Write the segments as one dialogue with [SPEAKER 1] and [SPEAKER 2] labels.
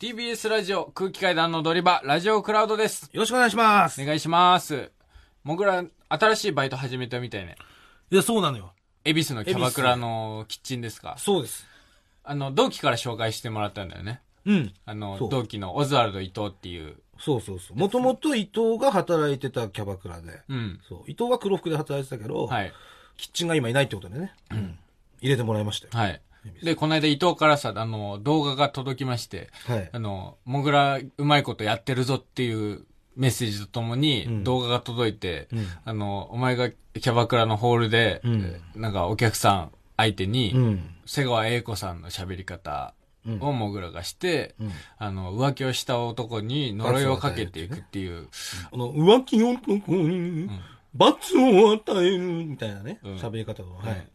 [SPEAKER 1] TBS ラジオ空気階段の踊り場、ラジオクラウドです。
[SPEAKER 2] よろしくお願いします。
[SPEAKER 1] お
[SPEAKER 2] い
[SPEAKER 1] 願いします。もぐら、新しいバイト始めたみたいね。
[SPEAKER 2] や、そうなのよ。
[SPEAKER 1] 恵比寿のキャバクラのキッチンですか。
[SPEAKER 2] そうです。
[SPEAKER 1] あの、同期から紹介してもらったんだよね。
[SPEAKER 2] うん。
[SPEAKER 1] あの
[SPEAKER 2] そ、う
[SPEAKER 1] 同期のオズワルド伊藤っていう。
[SPEAKER 2] そうそうそう。もともと伊藤が働いてたキャバクラで。
[SPEAKER 1] うん。
[SPEAKER 2] そう。伊藤は黒服で働いてたけど、
[SPEAKER 1] はい。
[SPEAKER 2] キッチンが今いないってことでね。うん。入れてもらいましたよ。
[SPEAKER 1] はい。で、この間伊藤からさ、あの、動画が届きまして、
[SPEAKER 2] はい
[SPEAKER 1] あ。の、もぐらうまいことやってるぞっていうメッセージとともに
[SPEAKER 2] ん
[SPEAKER 1] 動画が届いて、
[SPEAKER 2] ん
[SPEAKER 1] あの、お前がキャバクラのホールで、
[SPEAKER 2] うん
[SPEAKER 1] なんかお客さん相手に、
[SPEAKER 2] うん。
[SPEAKER 1] 瀬川栄子さんの喋り方
[SPEAKER 2] うん
[SPEAKER 1] をもぐらがして、
[SPEAKER 2] うん
[SPEAKER 1] あの、浮気をした男に呪いをかけていくっていう、
[SPEAKER 2] あの、浮気男に罰を与える、みたいなね。
[SPEAKER 1] ん
[SPEAKER 2] 喋、り方を。はい。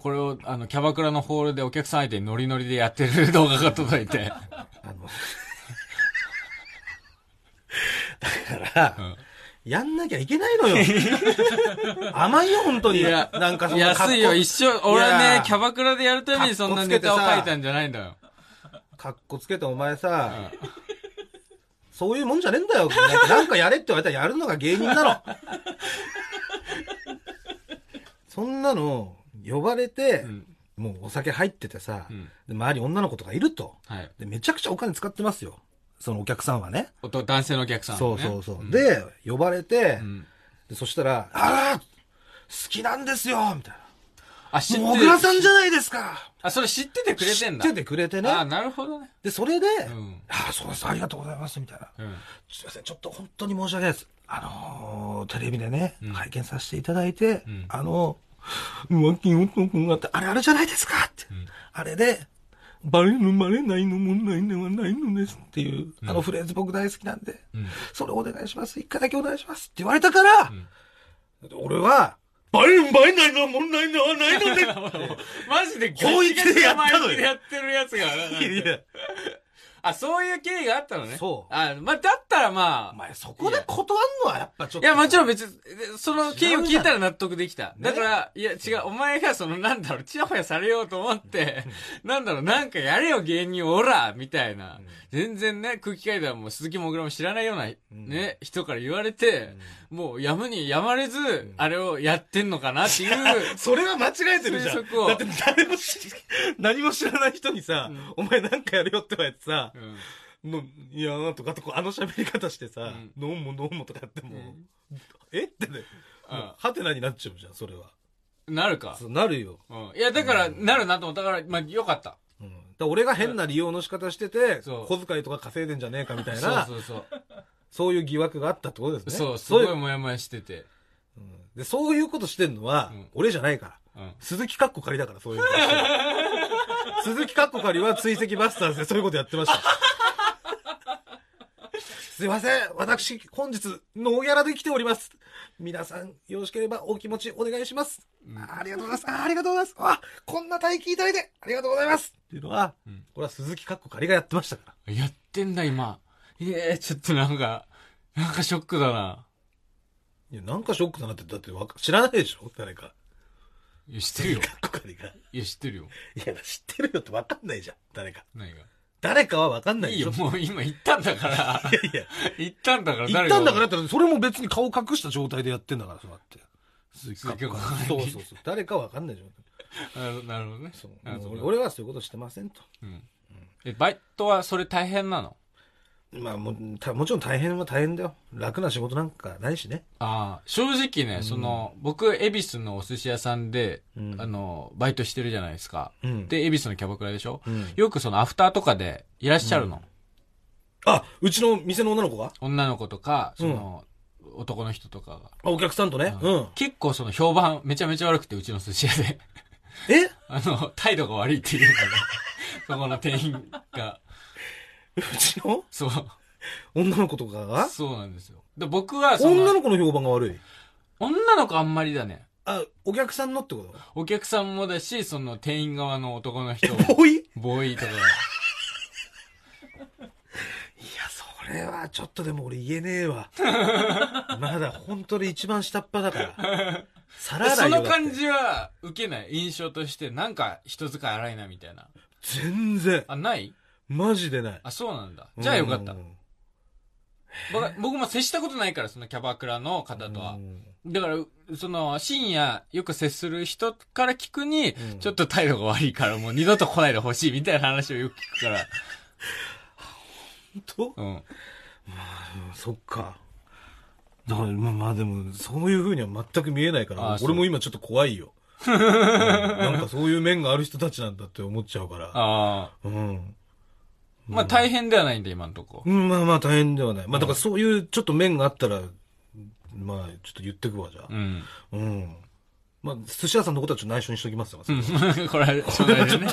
[SPEAKER 1] これを、あの、キャバクラのホールでお客さん相手にノリノリでやってる動画が届いて、
[SPEAKER 2] あの、 だから、やんなきゃいけないのよ。 甘いよ、本当に。
[SPEAKER 1] いや
[SPEAKER 2] なんかその格好
[SPEAKER 1] 安いよ、一生、俺はい
[SPEAKER 2] や
[SPEAKER 1] ね、キャバクラでやるためにそんなネタを書いたんじゃないんだよ。
[SPEAKER 2] かっこつけたお前さ、そういうもんじゃねえんだよ。なんかなんかやれって言われたらやるのが芸人なの。そんなの、呼ばれて、
[SPEAKER 1] ん
[SPEAKER 2] もうお酒入っててさ、
[SPEAKER 1] ん
[SPEAKER 2] で周り女の子とかいると
[SPEAKER 1] はい。
[SPEAKER 2] で。めちゃくちゃお金使ってますよ。そのお客さんはね。
[SPEAKER 1] おと男性のお客さん、ね。
[SPEAKER 2] そうそうそう。
[SPEAKER 1] ん、
[SPEAKER 2] で、呼ばれて、
[SPEAKER 1] うん
[SPEAKER 2] でそしたら、あら好きなんですよみたい
[SPEAKER 1] あ、知っ
[SPEAKER 2] な。
[SPEAKER 1] て
[SPEAKER 2] もぐらさんじゃないですか
[SPEAKER 1] あ、それ知っててくれてんだ。
[SPEAKER 2] 知っててくれてね
[SPEAKER 1] あ、。なるほどね。
[SPEAKER 2] で、それで、
[SPEAKER 1] ん
[SPEAKER 2] ああ、そうです、ありがとうございます、みたいな。
[SPEAKER 1] うん。
[SPEAKER 2] すいません、ちょっと本当に申し訳ないです。あのー、テレビでね、拝見させていただいて、
[SPEAKER 1] ん
[SPEAKER 2] あのー、浮気男があって、あれあれじゃないですかって、あれで、バレるバレないの問題ではないのですっていう、あのフレーズ僕大好きなんで、
[SPEAKER 1] ん
[SPEAKER 2] それお願いします、一回だけお願いしますって言われたから、俺は、バレるバレないの問題ではない ので す
[SPEAKER 1] マジでガ
[SPEAKER 2] 本
[SPEAKER 1] チ
[SPEAKER 2] 意気
[SPEAKER 1] ガ
[SPEAKER 2] で
[SPEAKER 1] チ
[SPEAKER 2] やった
[SPEAKER 1] 生意
[SPEAKER 2] のよ
[SPEAKER 1] 気でやってるやつが。なんか
[SPEAKER 2] いや
[SPEAKER 1] あ、そういう経緯があったのね。
[SPEAKER 2] そう
[SPEAKER 1] あ、まあ、だったらま
[SPEAKER 2] お
[SPEAKER 1] あ、
[SPEAKER 2] 前そこで断るのはやっぱちょっ
[SPEAKER 1] い
[SPEAKER 2] と。
[SPEAKER 1] や、もちろ
[SPEAKER 2] ん。
[SPEAKER 1] ん別に、でその経緯を聞いたら納得できた。だから、いや、違う、お前がその、なんだろう、ちやほやされようと思って、なんだろう、なんかやれよ、芸人、オラみたいな。全然ね、空気階段も鈴木もぐらも知らないような、ね、人から言われて、もう、やむにやまれず、あれをやってんのかなっていう、
[SPEAKER 2] それは間違えてるじゃん。
[SPEAKER 1] 推測を
[SPEAKER 2] だって誰も知、 何も知らない人にさ、お前なんかやるよって言われてさ
[SPEAKER 1] う、ん
[SPEAKER 2] のいやーとかとこうあの喋り方してさ、
[SPEAKER 1] ん
[SPEAKER 2] どうもどうもとかやっても、
[SPEAKER 1] ん
[SPEAKER 2] えってね、
[SPEAKER 1] うん
[SPEAKER 2] もうハテナになっちゃうじゃん、それは。
[SPEAKER 1] なるか。
[SPEAKER 2] そうなるよ。
[SPEAKER 1] うんいや、だから、なるなと思ったから、まあ、よかった。
[SPEAKER 2] うん、だから俺が変な利用の仕方してて、
[SPEAKER 1] そう
[SPEAKER 2] 小遣いとか稼いでんじゃねえかみたいな、
[SPEAKER 1] そ
[SPEAKER 2] そうう
[SPEAKER 1] そうそう。
[SPEAKER 2] いう疑惑があったってことですね。
[SPEAKER 1] そう、すご
[SPEAKER 2] そ
[SPEAKER 1] いう
[SPEAKER 2] いう
[SPEAKER 1] もやもやしてて。
[SPEAKER 2] うんで。そういうことしてんのは、
[SPEAKER 1] うん
[SPEAKER 2] 俺じゃないから。
[SPEAKER 1] うん。
[SPEAKER 2] 鈴木かっこ仮だか ら、そういうことしてる鈴木かっこ仮は追跡バスターズでそういうことやってました。すいません。私、本日、ノーギャラで来ております。皆さん、よろしければお気持ちお願いします。ありがとうございます。あありがとうございます。あ、こんな待機いただいて、ありがとうございます。っていうのは、
[SPEAKER 1] ん
[SPEAKER 2] これは鈴木かっこ仮がやってましたから。
[SPEAKER 1] やってんだ、今。ええちょっとなんか、なんかショックだな。
[SPEAKER 2] いや、なんかショックだなって、だってわか知らないでしょ誰か。
[SPEAKER 1] いや、知ってるよ。
[SPEAKER 2] かっこ仮が。い
[SPEAKER 1] いや、知ってるよ。
[SPEAKER 2] や、知ってるよってわかんないじゃん。誰か。
[SPEAKER 1] 何
[SPEAKER 2] 誰かはわかんな
[SPEAKER 1] が。
[SPEAKER 2] い
[SPEAKER 1] い
[SPEAKER 2] で
[SPEAKER 1] い
[SPEAKER 2] しょ
[SPEAKER 1] よ、もう今言ったんだから。
[SPEAKER 2] いやいや。
[SPEAKER 1] 言ったんだから、
[SPEAKER 2] 行っ
[SPEAKER 1] 誰
[SPEAKER 2] たんだから
[SPEAKER 1] ら。
[SPEAKER 2] ってのはそれも別に顔隠した状態でやってんだからそうだって鈴木
[SPEAKER 1] かっこいい
[SPEAKER 2] そうそうそう誰かわかんない状態
[SPEAKER 1] なるなるほどね。
[SPEAKER 2] そう
[SPEAKER 1] なるほど
[SPEAKER 2] 俺俺はそういうことしてませんと
[SPEAKER 1] うん。え、バイトはそれ大変なの
[SPEAKER 2] まあもたもちろん大変は大変だよ楽な仕事なんかないしね
[SPEAKER 1] ああ、正直ね、その、僕、恵比寿のお寿司屋さんで、
[SPEAKER 2] うん
[SPEAKER 1] あの、バイトしてるじゃないですか。
[SPEAKER 2] うん
[SPEAKER 1] で、恵比寿のキャバクラでしょ、
[SPEAKER 2] うん
[SPEAKER 1] よくそのアフターとかでいらっしゃるの。
[SPEAKER 2] あうちの店の女の子が
[SPEAKER 1] 女の子とか、その、男の人とかが。
[SPEAKER 2] あお客さんとねうん
[SPEAKER 1] 結構その評判めちゃめちゃ悪くて、うちの寿司屋で。
[SPEAKER 2] え
[SPEAKER 1] あの、態度が悪いっていうかね。 そこの店員が。
[SPEAKER 2] うちの
[SPEAKER 1] そう。
[SPEAKER 2] 女の子とかが
[SPEAKER 1] そうなんですよ。で、僕はその、
[SPEAKER 2] 女の子の評判が悪い
[SPEAKER 1] 女の子あんまりだね。
[SPEAKER 2] あお客さんのってこ
[SPEAKER 1] お客さんもだし、その店員側の男の 人も、
[SPEAKER 2] とおいい
[SPEAKER 1] ボーイとかが。
[SPEAKER 2] やそれはちょっとでも俺言えね えわまだ本当に一番下っ端 だから皿洗
[SPEAKER 1] そ
[SPEAKER 2] いよ
[SPEAKER 1] の
[SPEAKER 2] だって
[SPEAKER 1] 感じは受けない。印象として、なんか人使い荒いなみたいな。
[SPEAKER 2] 全然
[SPEAKER 1] あ、ない
[SPEAKER 2] マジでない。
[SPEAKER 1] あ、そうなんだ。じゃあよかった
[SPEAKER 2] う。ん
[SPEAKER 1] 僕僕も接したことないから、そのキャバクラの方とは
[SPEAKER 2] う。ん
[SPEAKER 1] だから、その、深夜よく接する人から聞くに、
[SPEAKER 2] うん
[SPEAKER 1] ちょっと態度が悪いからもう二度と来ないでほしいみたいな話をよく聞くから。
[SPEAKER 2] と
[SPEAKER 1] うん。
[SPEAKER 2] うんそっか。だから、まあまあでも、そういう風には全く見えないか
[SPEAKER 1] あ
[SPEAKER 2] ら、
[SPEAKER 1] そう
[SPEAKER 2] 俺も今ちょっと怖いよ。うんなんかそういう面がある人たちなんだって思っちゃうから。
[SPEAKER 1] ああ。
[SPEAKER 2] うん。
[SPEAKER 1] まあ大変ではないんだ、今のとこ。
[SPEAKER 2] うん、まあまあ大変ではない。まあだからそういうちょっと面があったら、まあちょっと言ってくわ、じゃあ
[SPEAKER 1] う。ん。
[SPEAKER 2] うん。まあ、寿司屋さんのこと はちょっと内緒にしときますよ。
[SPEAKER 1] うん。これは、初代 でね。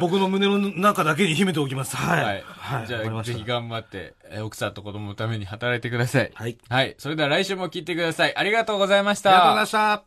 [SPEAKER 2] 僕の胸の中だけに秘めておきます。はい。
[SPEAKER 1] はい。じ
[SPEAKER 2] わかり
[SPEAKER 1] ゃあ、
[SPEAKER 2] まし
[SPEAKER 1] ぜ
[SPEAKER 2] た
[SPEAKER 1] ひ頑張って、えー奥さんと子供のために働いてください。
[SPEAKER 2] はい。
[SPEAKER 1] はい。それでは来週も聞いてください。ありがとうございまし
[SPEAKER 2] あり
[SPEAKER 1] た。
[SPEAKER 2] がとうございました。